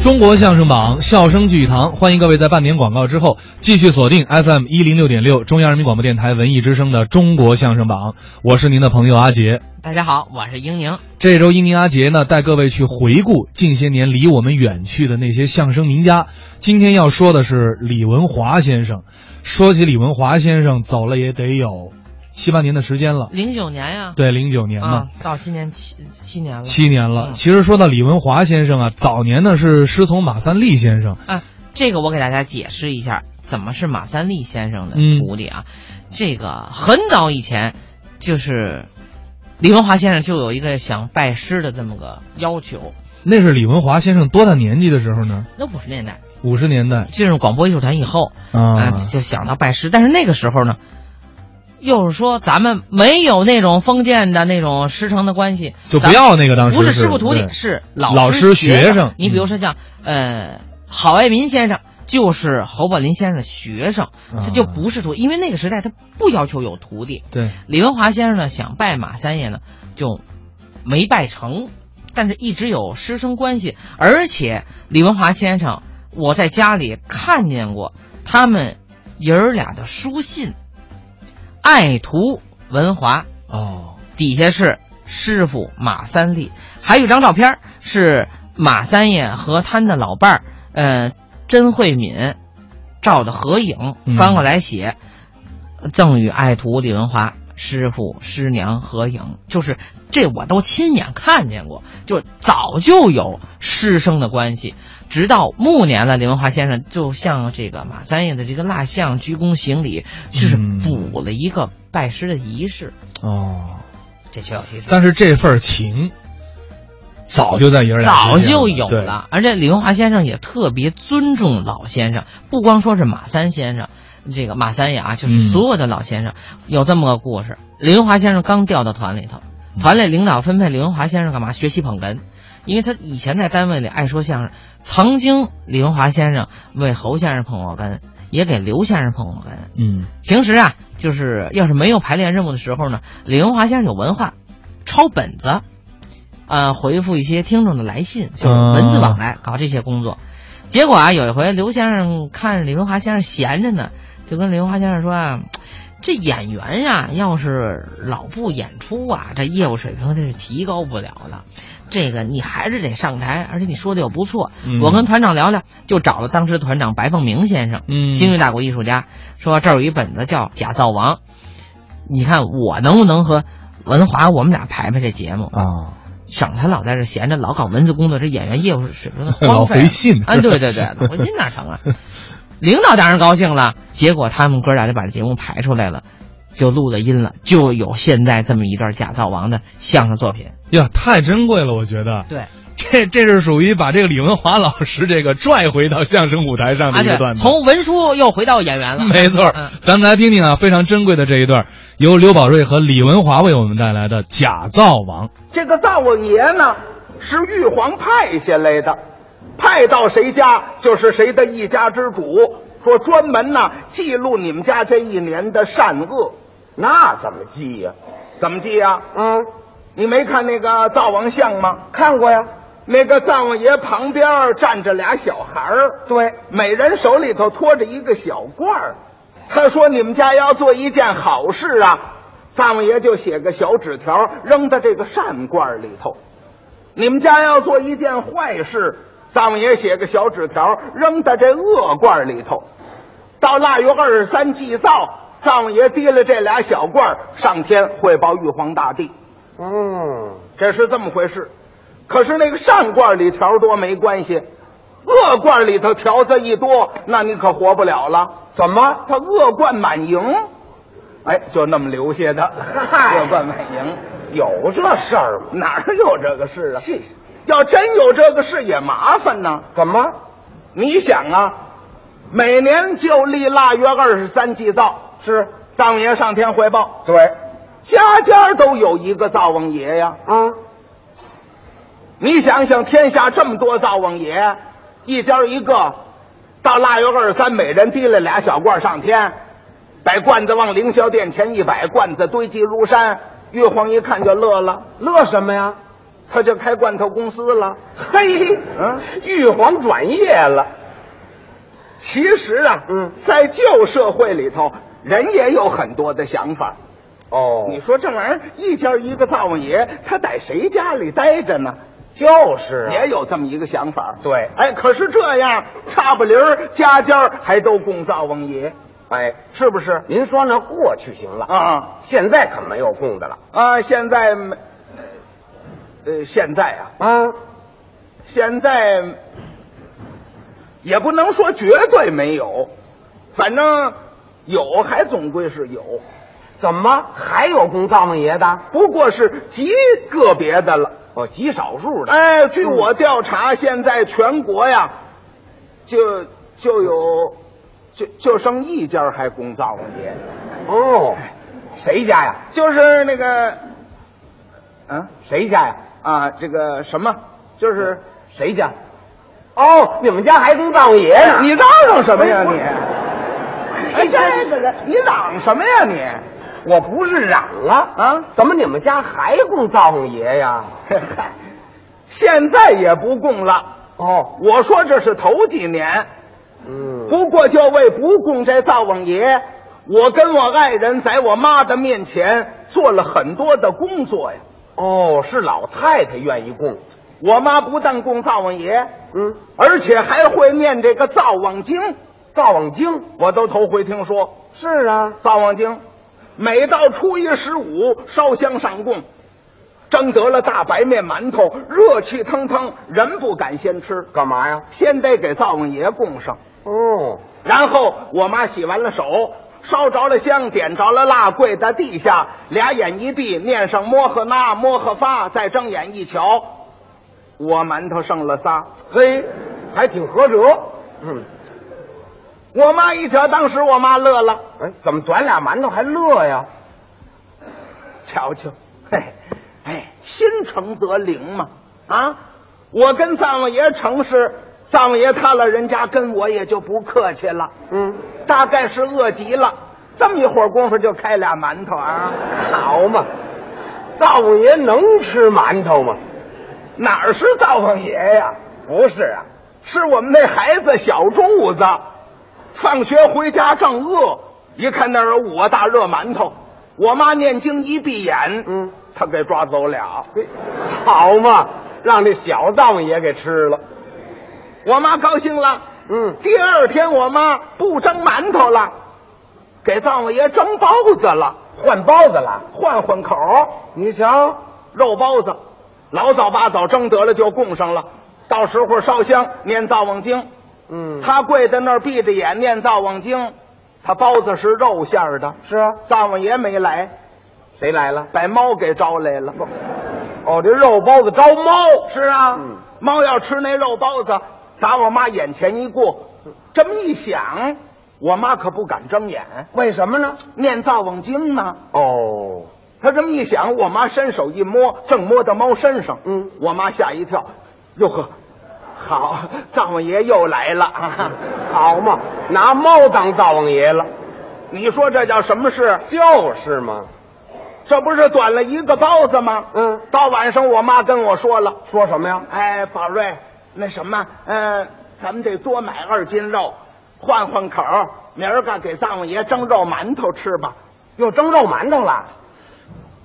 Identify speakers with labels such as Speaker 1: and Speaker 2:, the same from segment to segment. Speaker 1: 中国相声榜，笑声聚一堂，欢迎各位在半年广告之后继续锁定 FM 一零六点六中央人民广播电台文艺之声的《中国相声榜》，我是您的朋友阿杰。
Speaker 2: 大家好，我是英宁。
Speaker 1: 这周英宁阿杰呢，带各位去回顾近些年离我们远去的那些相声名家。今天要说的是李文华先生。说起李文华先生，走了也得有七八年的时间了。
Speaker 2: 零九年呀、
Speaker 1: 对，零九年嘛。
Speaker 2: 啊，到今年七七年了。
Speaker 1: 七年了。
Speaker 2: 嗯
Speaker 1: 其实说到李文华先生啊，早年呢是师从马三立先生，
Speaker 2: 啊，这个我给大家解释一下，怎么是马三立先生的
Speaker 1: 嗯
Speaker 2: 徒弟啊？这个很早以前，就是李文华先生就有一个想拜师的这么个要求。
Speaker 1: 那是李文华先生多大年纪的时候呢？
Speaker 2: 那五十年代
Speaker 1: 五十年代
Speaker 2: 进入广播艺术团以后，啊，
Speaker 1: 啊，
Speaker 2: 就想到拜师，但是那个时候呢。又是说咱们没有那种封建的那种师承的关系，
Speaker 1: 就
Speaker 2: 咱
Speaker 1: 不
Speaker 2: 们
Speaker 1: 要那个当时
Speaker 2: 不是
Speaker 1: 是
Speaker 2: 师傅徒弟
Speaker 1: 对，
Speaker 2: 是
Speaker 1: 老师
Speaker 2: 师
Speaker 1: 学生嗯
Speaker 2: 生。你比如说像呃郝爱民先生，就是侯宝林先生的学生，
Speaker 1: 啊
Speaker 2: 他就不是徒弟，因为那个时代他不要求有徒弟。
Speaker 1: 对，
Speaker 2: 李文华先生呢，想拜马三爷呢，就没拜成，但是一直有师生关系。而且李文华先生，我在家里看见过他们爷儿俩的书信，爱徒文华
Speaker 1: 哦，
Speaker 2: 底下是师傅马三立，还有一张照片儿是马三爷和他的老伴儿，呃，甄慧敏照的合影
Speaker 1: 嗯，
Speaker 2: 翻过来写“赠与爱徒李文华师傅师娘合影”，就是这我都亲眼看见过，就早就有师生的关系。直到暮年了，李文华先生就向这个马三爷的这个蜡像鞠躬行礼，就是
Speaker 1: 嗯
Speaker 2: 补了一个拜师的仪式。
Speaker 1: 哦，
Speaker 2: 这确有其事。
Speaker 1: 但是这份情早就在爷儿俩
Speaker 2: 早
Speaker 1: 之间
Speaker 2: 就有
Speaker 1: 对
Speaker 2: 了，而且李文华先生也特别尊重老先生，不光说是马三先生，这个马三爷啊，就是
Speaker 1: 嗯
Speaker 2: 所有的老先生、有这么个故事：李文华先生刚调到团里头，团里领导分配李文华先生干嘛？学习捧哏，因为他以前在单位里爱说相声，曾经李文华先生为侯先生捧过哏，也给刘先生捧过哏。
Speaker 1: 嗯，
Speaker 2: 平时啊，就是要是没有排练任务的时候呢，李文华先生有文化，抄本子，呃，回复一些听众的来信，就是文字往来，搞这些工作。结果啊，有一回刘先生看李文华先生闲着呢，就跟李文华先生说啊。这演员呀、要是老不演出啊，这业务水平这是提高不了了。这个你还是得上台，而且你说的又不错。
Speaker 1: 嗯
Speaker 2: 我跟团长聊聊，就找了当时团长白凤鸣先生，
Speaker 1: 嗯
Speaker 2: 京韵大鼓艺术家，说这儿有一本子叫《假造王》，你看我能不能和文华我们俩排排这节目？
Speaker 1: 啊，
Speaker 2: 省他老在这闲着，老搞文字工作，这演员业务水平
Speaker 1: 老
Speaker 2: 荒废了。
Speaker 1: 回信
Speaker 2: 啊，对对对，老回信 哪成啊？领导当然高兴了，结果他们哥俩就把这节目排出来了，就录了音了，就有现在这么一段《假造王》的相声作品。
Speaker 1: 呀，太珍贵了，我觉得。
Speaker 2: 对，
Speaker 1: 这这是属于把这个李文华老师这个拽回到相声舞台上的
Speaker 2: 而
Speaker 1: 一个
Speaker 2: 且
Speaker 1: 段子。
Speaker 2: 啊从文书又回到演员 了。
Speaker 1: 没错
Speaker 2: 嗯，
Speaker 1: 咱们来听听啊，非常珍贵的这一段，由刘宝瑞和李文华为我们带来的《假造王》。
Speaker 3: 这个灶王爷呢，是玉皇派下来的，派到谁家就是谁的一家之主。说专门呢记录你们家这一年的善恶，那怎么记呀、怎么记呀、嗯，你没看那个灶王像吗？看过呀。那个灶王爷旁边站着俩小孩儿，对，每人手里头托着一个小罐儿。他说：“你们家要做一件好事啊，灶王爷就写个小纸条扔到这个扇罐里头。你们家要做一件坏事，灶王爷写个小纸条扔到这恶罐里头。到腊月二十三祭灶，灶王爷提了这俩小罐儿上天汇报玉皇大帝。
Speaker 4: 嗯，
Speaker 3: 这是这么回事。可是那个上罐里条多没关系，恶罐里头条子一多，那你可活不了了。怎么？他恶贯满盈，哎，就那么留下的。恶贯满盈有这事儿吗？哪儿有这个事啊？要真有这个事也麻烦呢。
Speaker 4: 怎么？
Speaker 3: 你想啊，每年就立腊月二十三祭灶，是灶王爷上天汇报，
Speaker 4: 对，
Speaker 3: 家家都有一个灶王爷呀。
Speaker 4: 嗯，
Speaker 3: 你想想，天下这么多灶王爷，一家一个，到腊月二十三，每人提了俩小罐上天，把罐子往凌霄殿前一摆，罐子堆积如山。玉皇一看就乐了，
Speaker 4: 乐什么呀？
Speaker 3: 他就开罐头公司了。
Speaker 4: 嘿，
Speaker 3: 嗯
Speaker 4: 玉皇转业了，
Speaker 3: 其实啊，
Speaker 4: 嗯
Speaker 3: 在旧社会里头，人也有很多的想法。
Speaker 4: 哦
Speaker 3: 你说这玩意儿一家一个灶王爷，他在谁家里待着呢？
Speaker 4: 就是啊
Speaker 3: 也有这么一个想法。
Speaker 4: 对
Speaker 3: 哎，可是这样差不离儿家家儿还都供灶王爷，
Speaker 4: 哎，
Speaker 3: 是不是？
Speaker 4: 您说那过去行了，
Speaker 3: 啊
Speaker 4: 现在可没有供的了
Speaker 3: 啊！现在没，呃，现在啊，
Speaker 4: 啊，
Speaker 3: 现在也不能说绝对没有，反正有还总归是有，
Speaker 4: 怎么还有供灶王爷的？
Speaker 3: 不过是极个别的了。
Speaker 4: 哦，极少数的。
Speaker 3: 哎，据我调查，现在全国呀，就就有就就剩一家还供灶王爷，
Speaker 4: 哦，谁家呀？
Speaker 3: 就是那个，啊
Speaker 4: 谁家呀？
Speaker 3: 啊，这个什么，就是
Speaker 4: 谁家？哎哦，你们家还供灶王爷呢？
Speaker 3: 哎你嚷嚷什么呀你？哎，
Speaker 4: 哎真
Speaker 3: 这
Speaker 4: 是
Speaker 3: 个人，你嚷什么呀你？
Speaker 4: 我不是嚷啊
Speaker 3: 啊
Speaker 4: 怎么你们家还供灶王爷呀？
Speaker 3: 嗨，现在也不供了。
Speaker 4: 哦，
Speaker 3: 我说这是头几年，
Speaker 4: 嗯，
Speaker 3: 不过就为不供这灶王爷，我跟我爱人在我妈的面前做了很多的工作呀。
Speaker 4: 哦，是老太太愿意供，
Speaker 3: 我妈不但供灶王爷，
Speaker 4: 嗯，
Speaker 3: 而且还会念这个灶王经，
Speaker 4: 灶王经
Speaker 3: 我都头回听说。
Speaker 4: 是啊，
Speaker 3: 灶王经，每到初一十五烧香上供，蒸得了大白面馒头，热气腾腾，人不敢先吃，
Speaker 4: 干嘛呀？
Speaker 3: 先得给灶王爷供上。
Speaker 4: 哦，
Speaker 3: 然后我妈洗完了手，烧着了香，点着了蜡，跪在地下，俩眼一闭，念上摩诃那摩诃发，再睁眼一瞧，我馒头剩了仨。
Speaker 4: 嘿，还挺合辙。嗯，
Speaker 3: 我妈一瞧，当时我妈乐了，
Speaker 4: 哎，怎么短俩馒头还乐呀？
Speaker 3: 瞧瞧，嘿，哎，心诚则灵嘛啊！我跟灶王爷诚实，灶王爷他老人家跟我也就不客气了，
Speaker 4: 嗯，
Speaker 3: 大概是饿极了，这么一会儿功夫就开俩馒头啊，
Speaker 4: 好嘛，灶王爷能吃馒头吗？
Speaker 3: 哪儿是灶王爷呀、
Speaker 4: 不是啊，
Speaker 3: 是我们那孩子小柱子，放学回家正饿，一看那儿有五个大热馒头，我妈念经一闭眼，
Speaker 4: 嗯，
Speaker 3: 他给抓走俩。
Speaker 4: 嘿，好嘛，让这小灶王爷给吃了。
Speaker 3: 我妈高兴了。
Speaker 4: 嗯，
Speaker 3: 第二天我妈不蒸馒头了，给灶王爷蒸包子了，
Speaker 4: 换包子了。
Speaker 3: 换换口，
Speaker 4: 你瞧，
Speaker 3: 肉包子，老早八早蒸得了就供上了。到时候烧香念灶王经，
Speaker 4: 嗯
Speaker 3: 他
Speaker 4: 他
Speaker 3: 跪在那儿闭着眼念灶王经，他包子是肉馅儿的。
Speaker 4: 是啊，
Speaker 3: 灶王爷没来，
Speaker 4: 谁来了？
Speaker 3: 把猫给招来了。
Speaker 4: 哦，这肉包子招猫。
Speaker 3: 是啊，
Speaker 4: 嗯
Speaker 3: 猫要吃那肉包子，打我妈眼前一过，这么一想，我妈可不敢睁眼，
Speaker 4: 为什么呢？
Speaker 3: 念灶王经呢。
Speaker 4: 哦，
Speaker 3: 她这么一想，我妈伸手一摸，正摸到猫身上，
Speaker 4: 嗯
Speaker 3: 我妈吓一跳，哟呵，好，灶王爷又来了。
Speaker 4: 好嘛，拿猫当灶王爷了。
Speaker 3: 你说这叫什么事？
Speaker 4: 就是嘛。
Speaker 3: 这不是短了一个包子吗？
Speaker 4: 嗯
Speaker 3: 到晚上我妈跟我说了，
Speaker 4: 说什么呀？
Speaker 3: 哎，宝瑞，那什么，嗯，咱们得多买二斤肉，换换口儿。明儿个给灶王爷蒸肉馒头吃吧。
Speaker 4: 又蒸肉馒头了。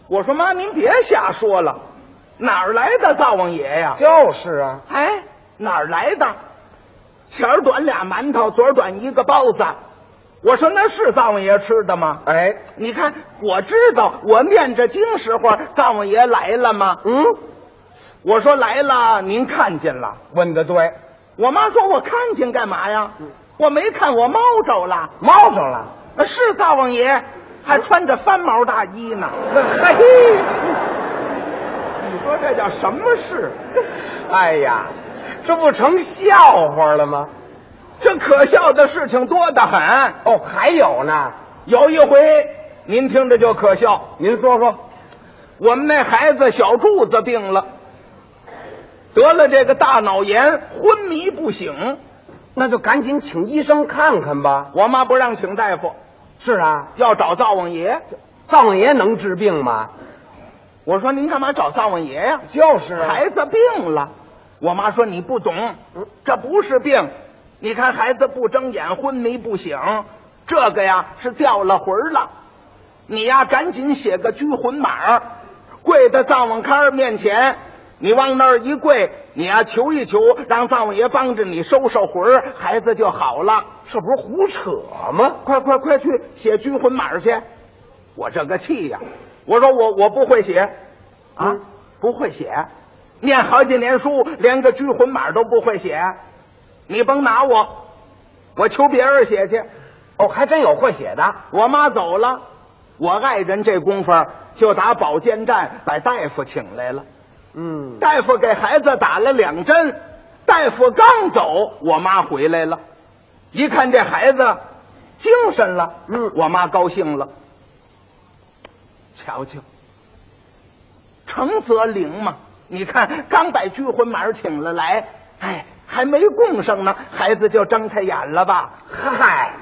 Speaker 3: 我说妈，您别瞎说了，哪儿来的灶王爷呀？
Speaker 4: 就是啊。
Speaker 3: 哎，哪儿来的？前儿短俩馒头，昨儿短一个包子。我说那是灶王爷吃的吗？
Speaker 4: 哎，
Speaker 3: 你看，我知道，我念着经时候，灶王爷来了吗？
Speaker 4: 嗯，
Speaker 3: 我说来了，您看见了。
Speaker 4: 问的对，
Speaker 3: 我妈说：“我看见干嘛呀？我没看，我猫着了。
Speaker 4: 猫着了。
Speaker 3: 呃是灶王爷，还穿着翻毛大衣呢。
Speaker 4: 嘿，
Speaker 3: 你说这叫什么事？
Speaker 4: 哎呀，这不成笑话了吗？
Speaker 3: 这可笑的事情多得很。
Speaker 4: 哦，还有呢，
Speaker 3: 有一回，您听着就可笑。
Speaker 4: 您说说。
Speaker 3: 我们那孩子小柱子病了，得了这个大脑炎，昏迷不醒。
Speaker 4: 那就赶紧请医生看看吧。
Speaker 3: 我妈不让请大夫，
Speaker 4: 是啊，
Speaker 3: 要找灶王爷。
Speaker 4: 灶王爷能治病吗？
Speaker 3: 我说您干嘛找灶王爷呀、
Speaker 4: 就是啊
Speaker 3: 孩子病了。嗯我妈说你不懂，这不是病。你看孩子不睁眼，昏迷不醒，这个呀是掉了魂儿了。你呀赶紧写个拘魂码儿，跪在灶王龛儿面前，你往那儿一跪，你呀求一求，让灶王爷帮着你收收魂儿，孩子就好了。
Speaker 4: 这不是胡扯吗？
Speaker 3: 快快快去写拘魂码去！我这个气呀、我说我我不会写，啊，不会写，念好几年书，连个拘魂码都不会写，你甭拿我，我求别人写去。
Speaker 4: 哦，还真有会写的。
Speaker 3: 我妈走了，我爱人这功夫就打保健站把大夫请来了，
Speaker 4: 嗯，
Speaker 3: 大夫给孩子打了两针，大夫刚走，我妈回来了，一看这孩子精神了，
Speaker 4: 嗯
Speaker 3: 我妈高兴了。瞧瞧，诚则灵嘛！你看，刚把拘魂马儿请了来，哎，还没供上呢，孩子就睁开眼了吧？
Speaker 4: 嗨，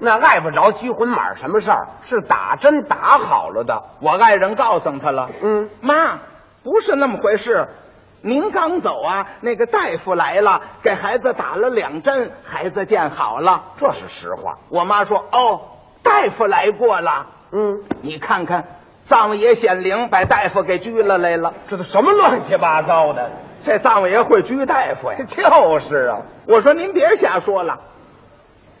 Speaker 4: 那碍不着拘魂马什么事儿，是打针打好了的。
Speaker 3: 我爱人告诉他了，
Speaker 4: 嗯，
Speaker 3: 妈，不是那么回事。您刚走啊，那个大夫来了，给孩子打了两针，孩子见好了。
Speaker 4: 这是实话。
Speaker 3: 我妈说，哦，大夫来过了，
Speaker 4: 嗯，
Speaker 3: 你看看，藏王爷显灵，把大夫给拘了来了。
Speaker 4: 这都什么乱七八糟的？
Speaker 3: 这藏王爷会拘大夫呀？
Speaker 4: 就是啊，
Speaker 3: 我说您别瞎说了，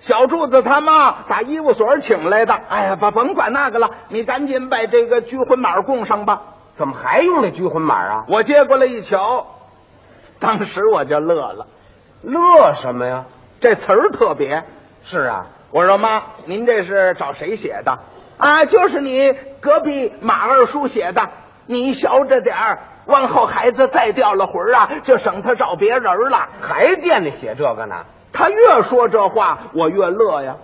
Speaker 3: 小柱子他妈打医务所请来的。哎呀，甭甭管那个了，你赶紧把这个拘魂码供上吧。
Speaker 4: 怎么还用那拘魂马啊？
Speaker 3: 我接过来一瞧，当时我就乐了，
Speaker 4: 乐什么呀？
Speaker 3: 这词儿特别。
Speaker 4: 是啊，
Speaker 3: 我说妈，您这是找谁写的？啊，就是你隔壁马二叔写的。你小着点儿，往后孩子再掉了魂儿啊，就省他找别人了。
Speaker 4: 还惦记写这个呢。
Speaker 3: 他越说这话，我越乐呀。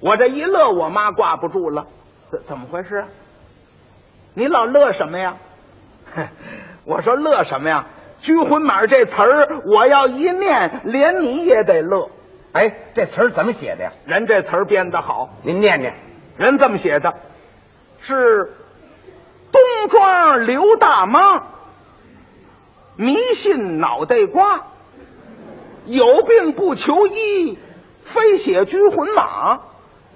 Speaker 3: 我这一乐，我妈挂不住了。怎怎么回事？啊你老乐什么呀？ 我说乐什么呀？拘魂马这词儿，我要一念，连你也得乐。
Speaker 4: 哎，这词儿怎么写的呀？
Speaker 3: 人这词儿编得好，
Speaker 4: 您念念。
Speaker 3: 人这么写的，是东庄刘大妈迷信脑袋瓜，有病不求医，非写拘魂马。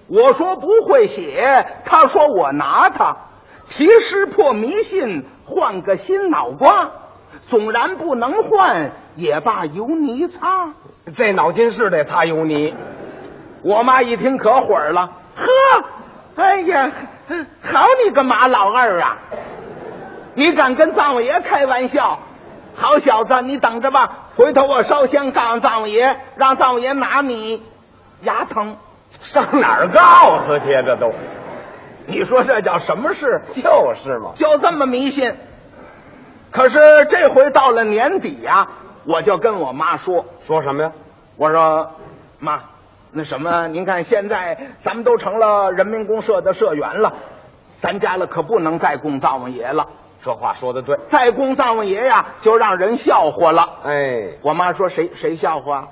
Speaker 3: 我说不会写，他说我拿它，提诗破迷信，换个新脑瓜。纵然不能换，也罢油泥擦。
Speaker 4: 这脑筋是得擦油泥，
Speaker 3: 我妈一听可火了，呵，哎呀，好你个马老二啊！你敢跟藏王爷开玩笑？好小子，你等着吧，回头我烧香告诉藏王爷，让藏王爷拿你牙疼。
Speaker 4: 上哪儿告诉去？这都
Speaker 3: 你说这叫什么事？
Speaker 4: 就是嘛。
Speaker 3: 就这么迷信。可是这回到了年底呀、我就跟我妈说，
Speaker 4: 说什么呀？
Speaker 3: 我说妈，那什么，您看现在咱们都成了人民公社的社员了，咱家了可不能再供灶王爷了，
Speaker 4: 这话说的对。
Speaker 3: 再供灶王爷呀，就让人笑话了。
Speaker 4: 哎，
Speaker 3: 我妈说谁谁笑话，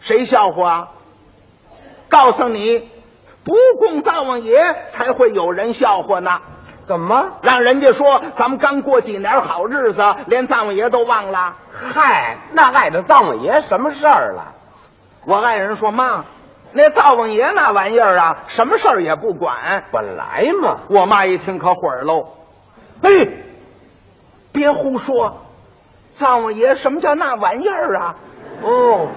Speaker 3: 谁笑话？告诉你，不供灶王爷才会有人笑话呢。
Speaker 4: 怎么？
Speaker 3: 让人家说咱们刚过几年好日子，连灶王爷都忘了。
Speaker 4: 嗨，那碍着灶王爷什么事儿了？
Speaker 3: 我爱人说妈，那灶王爷那玩意儿啊，什么事儿也不管。
Speaker 4: 本来嘛，
Speaker 3: 我妈一听可火儿喽，哎
Speaker 4: 嘿，
Speaker 3: 别胡说，灶王爷什么叫那玩意儿啊？
Speaker 4: 哦，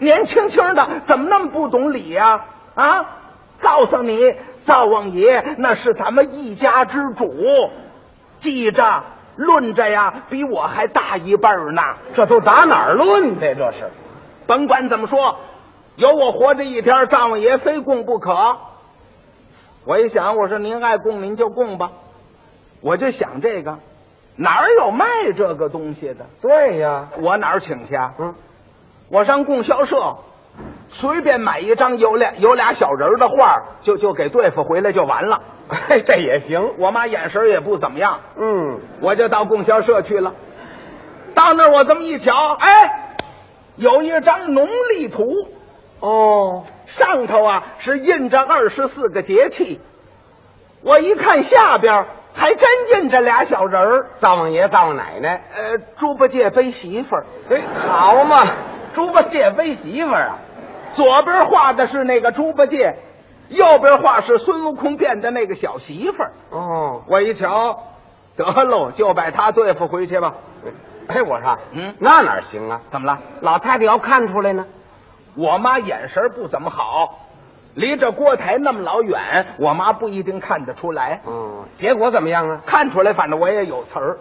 Speaker 3: 年轻轻的怎么那么不懂礼呀、啊？告诉你，灶王爷那是咱们一家之主，记着论着呀，比我还大一辈儿呢。
Speaker 4: 这都打哪儿论的？这是
Speaker 3: 甭管怎么说，有我活着一天，灶王爷非供不可。我一想，我说您爱供您就供吧，我就想这个，哪儿有卖这个东西的？
Speaker 4: 对呀，
Speaker 3: 我哪儿请去啊？
Speaker 4: 嗯，
Speaker 3: 我上供销社，随便买一张有俩有俩小人儿的画儿，就就给对付回来就完了。
Speaker 4: 哎，这也行，
Speaker 3: 我妈眼神也不怎么样，
Speaker 4: 嗯，
Speaker 3: 我就到供销社去了。到那儿我这么一瞧，哎，有一张农历图，
Speaker 4: 哦，
Speaker 3: 上头啊是印着二十四个节气。我一看下边儿还真进这俩小人儿。
Speaker 4: 灶王爷、灶王奶奶，
Speaker 3: 呃，猪八戒背媳妇儿，
Speaker 4: 哎，好嘛，猪八戒背媳妇儿啊，
Speaker 3: 左边画的是那个猪八戒，右边画是孙悟空变的那个小媳妇儿。
Speaker 4: 哦，
Speaker 3: 我一瞧，得喽，就把他对付回去吧。
Speaker 4: 哎，我说，
Speaker 3: 嗯
Speaker 4: 那哪行啊？
Speaker 3: 怎么了？
Speaker 4: 老太太要看出来呢，
Speaker 3: 我妈眼神不怎么好，离着锅台那么老远，我妈不一定看得出来。
Speaker 4: 嗯，结果怎么样啊？
Speaker 3: 看出来，反正我也有词儿。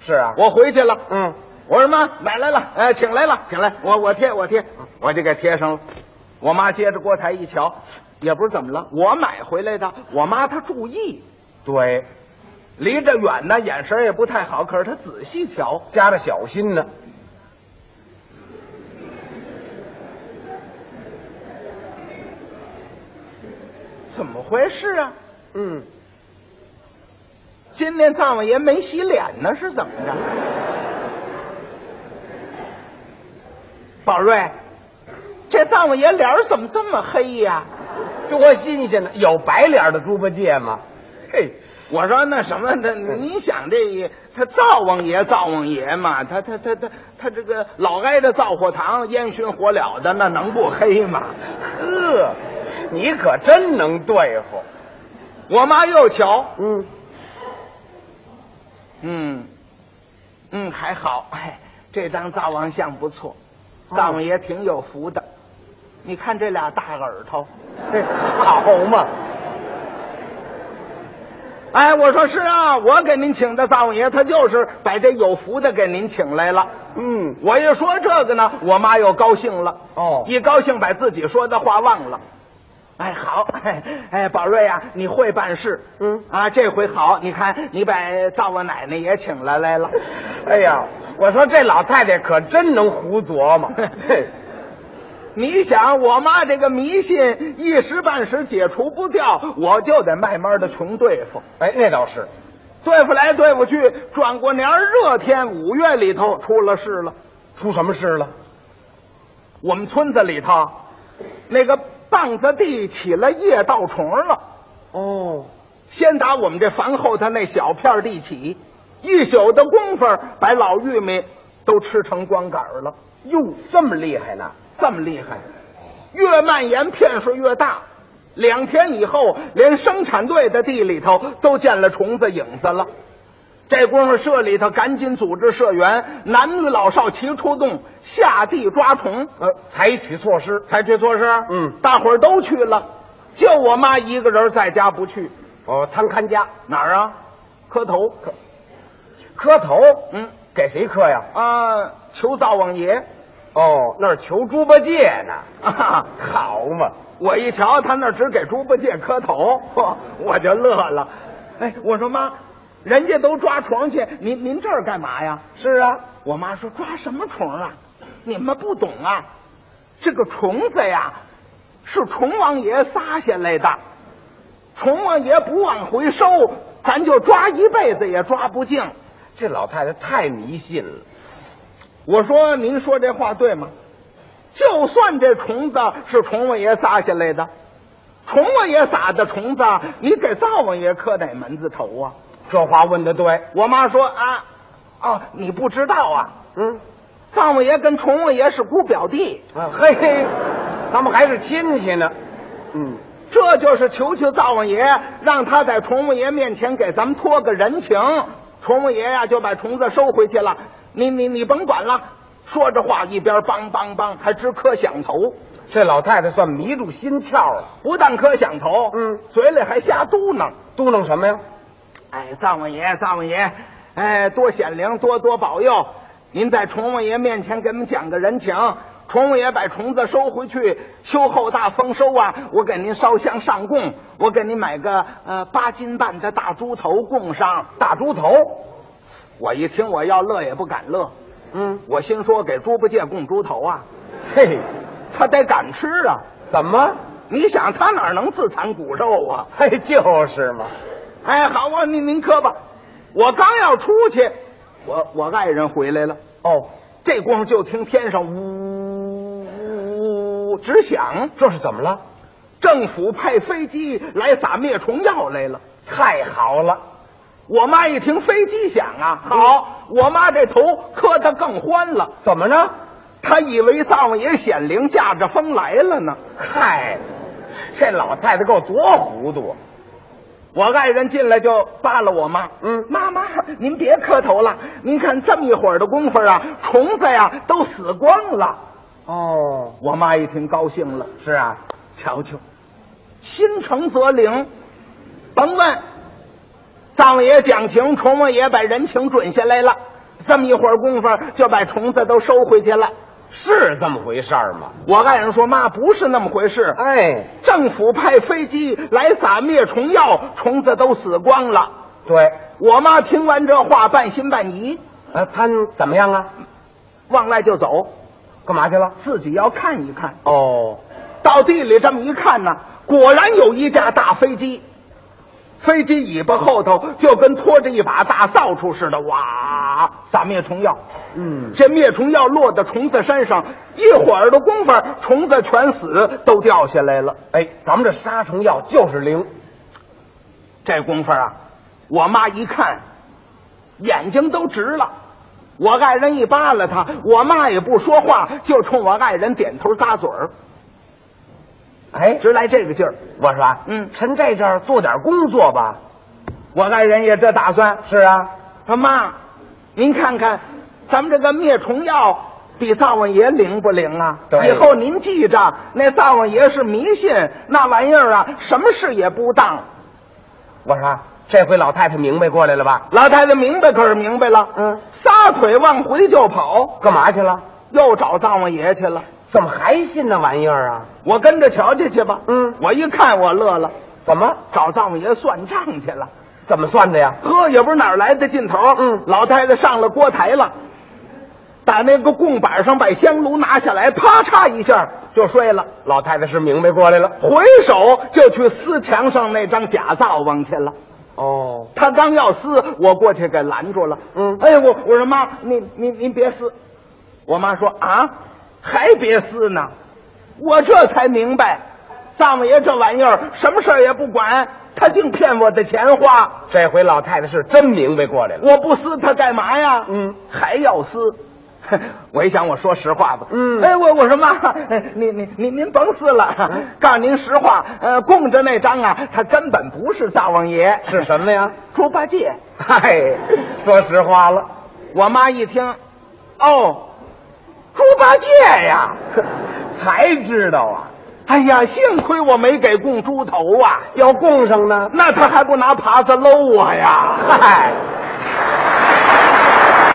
Speaker 4: 是啊，
Speaker 3: 我回去了，
Speaker 4: 嗯，
Speaker 3: 我说妈，买来了，哎，请来了，请来，我我贴我贴，我就给贴上了。我妈接着锅台一瞧，也不知怎么了，我买回来的。我妈她注意，
Speaker 4: 对，
Speaker 3: 离着远呢，眼神也不太好，可是她仔细瞧，
Speaker 4: 加着小心呢，
Speaker 3: 怎么回事啊？
Speaker 4: 嗯，
Speaker 3: 今天灶王爷没洗脸呢，是怎么着？宝瑞，这灶王爷脸儿怎么这么黑呀、
Speaker 4: 多新鲜呢，有白脸的猪八戒吗？嗯
Speaker 3: 嘿，我说那什么，那你想这他灶王爷灶王爷嘛，他他他他他这个老挨着灶火堂烟熏火燎的，那能不黑吗？
Speaker 4: 呵，你可真能对付，
Speaker 3: 我妈又瞧，
Speaker 4: 嗯，
Speaker 3: 嗯嗯，还好，哎，这张灶王像不错，
Speaker 4: 哦
Speaker 3: 灶王爷挺有福的。你看这俩大耳朵，
Speaker 4: 这好嘛，
Speaker 3: 哎，我说是啊，我给您请的灶王爷，他就是把这有福的给您请来了。
Speaker 4: 嗯，
Speaker 3: 我一说这个呢，我妈又高兴了。
Speaker 4: 哦
Speaker 3: 一高兴把自己说的话忘了。哎，好， 哎，哎宝瑞啊，你会办事，
Speaker 4: 嗯
Speaker 3: 啊，这回好，你看你把灶王奶奶也请来来了。
Speaker 4: 哎呀，我说这老太太可真能胡琢磨，嘿
Speaker 3: 你想，我妈这个迷信一时半时解除不掉，我就得慢慢的穷对付，
Speaker 4: 哎，那倒是，
Speaker 3: 对付来对付去，转过年儿热天五月里头出了事了。
Speaker 4: 出什么事了？
Speaker 3: 我们村子里头那个棒子地起了叶盗虫了。
Speaker 4: 哦，
Speaker 3: 先打我们这房后头那小片地起，一宿的功夫把老玉米都吃成光杆儿了，
Speaker 4: 哟，这么厉害呢？
Speaker 3: 这么厉害！越蔓延片数越大，两天以后，连生产队的地里头都见了虫子影子了。这功夫，社里头赶紧组织社员，男女老少齐出动，下地抓虫。
Speaker 4: 呃，采取措施，
Speaker 3: 采取措施，
Speaker 4: 嗯
Speaker 3: 大伙儿都去了，就我妈一个人在家不去。
Speaker 4: 哦，参看家，
Speaker 3: 哪儿啊？磕头，磕，
Speaker 4: 磕头，
Speaker 3: 嗯。
Speaker 4: 给谁磕呀？
Speaker 3: 啊，求灶王爷
Speaker 4: 哦，那儿求猪八戒呢，
Speaker 3: 啊！
Speaker 4: 好嘛，
Speaker 3: 我一瞧他那儿只给猪八戒磕头，呵我就乐了。哎，我说妈，人家都抓虫去，您您这儿干嘛呀？
Speaker 4: 是啊，
Speaker 3: 我妈说抓什么虫啊？你们不懂啊，这个虫子呀，是虫王爷撒下来的，虫王爷不往回收，咱就抓一辈子也抓不净。
Speaker 4: 这老太太太迷信了，
Speaker 3: 我说您说这话对吗？就算这虫子是虫王爷撒下来的，虫王爷撒的虫子，你给灶王爷磕哪门子头啊？
Speaker 4: 这话问的对，
Speaker 3: 我妈说啊，哦，你不知道啊，
Speaker 4: 嗯，
Speaker 3: 灶王爷跟虫王爷是姑表弟，
Speaker 4: 啊，嘿嘿，他们还是亲戚呢，嗯，
Speaker 3: 这就是求求灶王爷，让他在虫王爷面前给咱们托个人情。虫王爷呀、就把虫子收回去了。你你你甭管了。说着话一边梆梆梆，还直磕响头。
Speaker 4: 这老太太算迷住心窍了，
Speaker 3: 不但磕响头，
Speaker 4: 嗯
Speaker 3: 嘴里还瞎嘟囔
Speaker 4: 嘟囔什么呀？：“
Speaker 3: 哎，灶王爷，灶王爷，哎，多显灵，多多保佑！您在虫王爷面前给我们讲个人情，虫王爷把虫子收回去，秋后大丰收啊！我给您烧香上供，我给您买个呃八斤半的大猪头供上。
Speaker 4: 大猪头，
Speaker 3: 我一听我要乐也不敢乐，
Speaker 4: 嗯，
Speaker 3: 我心说给猪八戒供猪头啊，
Speaker 4: 嘿，
Speaker 3: 他得敢吃啊！
Speaker 4: 怎么？
Speaker 3: 你想他哪能自残骨肉啊？
Speaker 4: 嘿，就是嘛，
Speaker 3: 哎，好啊，您您磕吧。我刚要出去，我我爱人回来了。
Speaker 4: 哦，
Speaker 3: 这功夫就听天上呜呜呜直响，
Speaker 4: 这是怎么了？
Speaker 3: 政府派飞机来撒灭虫药来了。
Speaker 4: 太好了，
Speaker 3: 我妈一听飞机响啊，好，我妈这头磕得更欢了。
Speaker 4: 怎么着？
Speaker 3: 她以为灶王爷显灵驾着风来了呢。
Speaker 4: 嗨，这老太太够多糊涂啊！
Speaker 3: 我爱人进来就扒拉我妈，
Speaker 4: 嗯
Speaker 3: 妈妈，您别磕头了，您看这么一会儿的功夫啊，虫子呀、都死光了。
Speaker 4: 哦，
Speaker 3: 我妈一听高兴了，
Speaker 4: 是啊，
Speaker 3: 瞧瞧，心诚则灵，甭问，藏王爷讲情，虫王爷把人情准下来了，这么一会儿功夫就把虫子都收回去了。
Speaker 4: 是这么回事儿吗？
Speaker 3: 我爱人说：“妈，不是那么回事，
Speaker 4: 哎，
Speaker 3: 政府派飞机来撒灭虫药，虫子都死光了。”
Speaker 4: 对，
Speaker 3: 我妈听完这话，半信半疑，
Speaker 4: 呃，他怎么样啊？
Speaker 3: 往外就走，
Speaker 4: 干嘛去了？
Speaker 3: 自己要看一看。
Speaker 4: 哦，
Speaker 3: 到地里这么一看呢，果然有一架大飞机，飞机尾巴后头就跟拖着一把大扫帚似的，哇，撒灭虫药。
Speaker 4: 嗯，
Speaker 3: 这灭虫药落到虫子身上，一会儿的功夫，虫子全死，都掉下来了。
Speaker 4: 哎，咱们这杀虫药就是灵，
Speaker 3: 这功夫啊，我妈一看，眼睛都直了。我爱人一扒拉她，我妈也不说话，就冲我爱人点头咂嘴儿，
Speaker 4: 哎，
Speaker 3: 直来这个劲儿。
Speaker 4: 我说啊，
Speaker 3: 嗯
Speaker 4: 趁这阵儿做点工作吧。
Speaker 3: 我爱人也这打算，
Speaker 4: 是啊，
Speaker 3: 说妈，您看看，咱们这个灭虫药比灶王爷灵不灵啊？
Speaker 4: 对
Speaker 3: 以后您记着，那灶王爷是迷信，那玩意儿啊，什么事也不当。
Speaker 4: 我说啊这回老太太明白过来了吧？
Speaker 3: 老太太明白可是明白了，
Speaker 4: 嗯，
Speaker 3: 撒腿往回就跑，
Speaker 4: 干嘛去了？
Speaker 3: 又找灶王爷去了。
Speaker 4: 怎么还信那玩意儿啊？
Speaker 3: 我跟着瞧瞧去吧。
Speaker 4: 嗯
Speaker 3: 我一看我乐了，
Speaker 4: 怎么
Speaker 3: 找灶王爷算账去了。
Speaker 4: 怎么算的呀？
Speaker 3: 呵，也不知哪儿来的劲头。
Speaker 4: 嗯
Speaker 3: 老太太上了锅台了，打那个供板上把香炉拿下来，啪嚓一下就摔了。
Speaker 4: 老太太是明白过来了。
Speaker 3: 回手就去撕墙上那张假灶王去了。
Speaker 4: 哦，
Speaker 3: 他刚要撕，我过去给拦住了。
Speaker 4: 嗯
Speaker 3: 哎，我我说妈，您您您别撕。我妈说啊，还别撕呢。我这才明白，藏王爷这玩意儿什么事儿也不管，他净骗我的钱花。
Speaker 4: 这回老太太是真明白过来了。
Speaker 3: 我不撕他干嘛呀？
Speaker 4: 嗯，
Speaker 3: 还要撕。 我一想，我说实话吧。
Speaker 4: 嗯
Speaker 3: 哎，我我说妈，哎您您您您甭撕了，告诉您实话，呃，供着那张啊，他根本不是灶王爷，
Speaker 4: 是什么呀？
Speaker 3: 猪八戒。
Speaker 4: 嗨，说实话了，
Speaker 3: 我妈一听，哦，猪八戒呀！
Speaker 4: 才知道啊，
Speaker 3: 哎呀，幸亏我没给供猪头啊，
Speaker 4: 要供上呢。
Speaker 3: 那他还不拿耙子搂我呀！
Speaker 4: 嗨，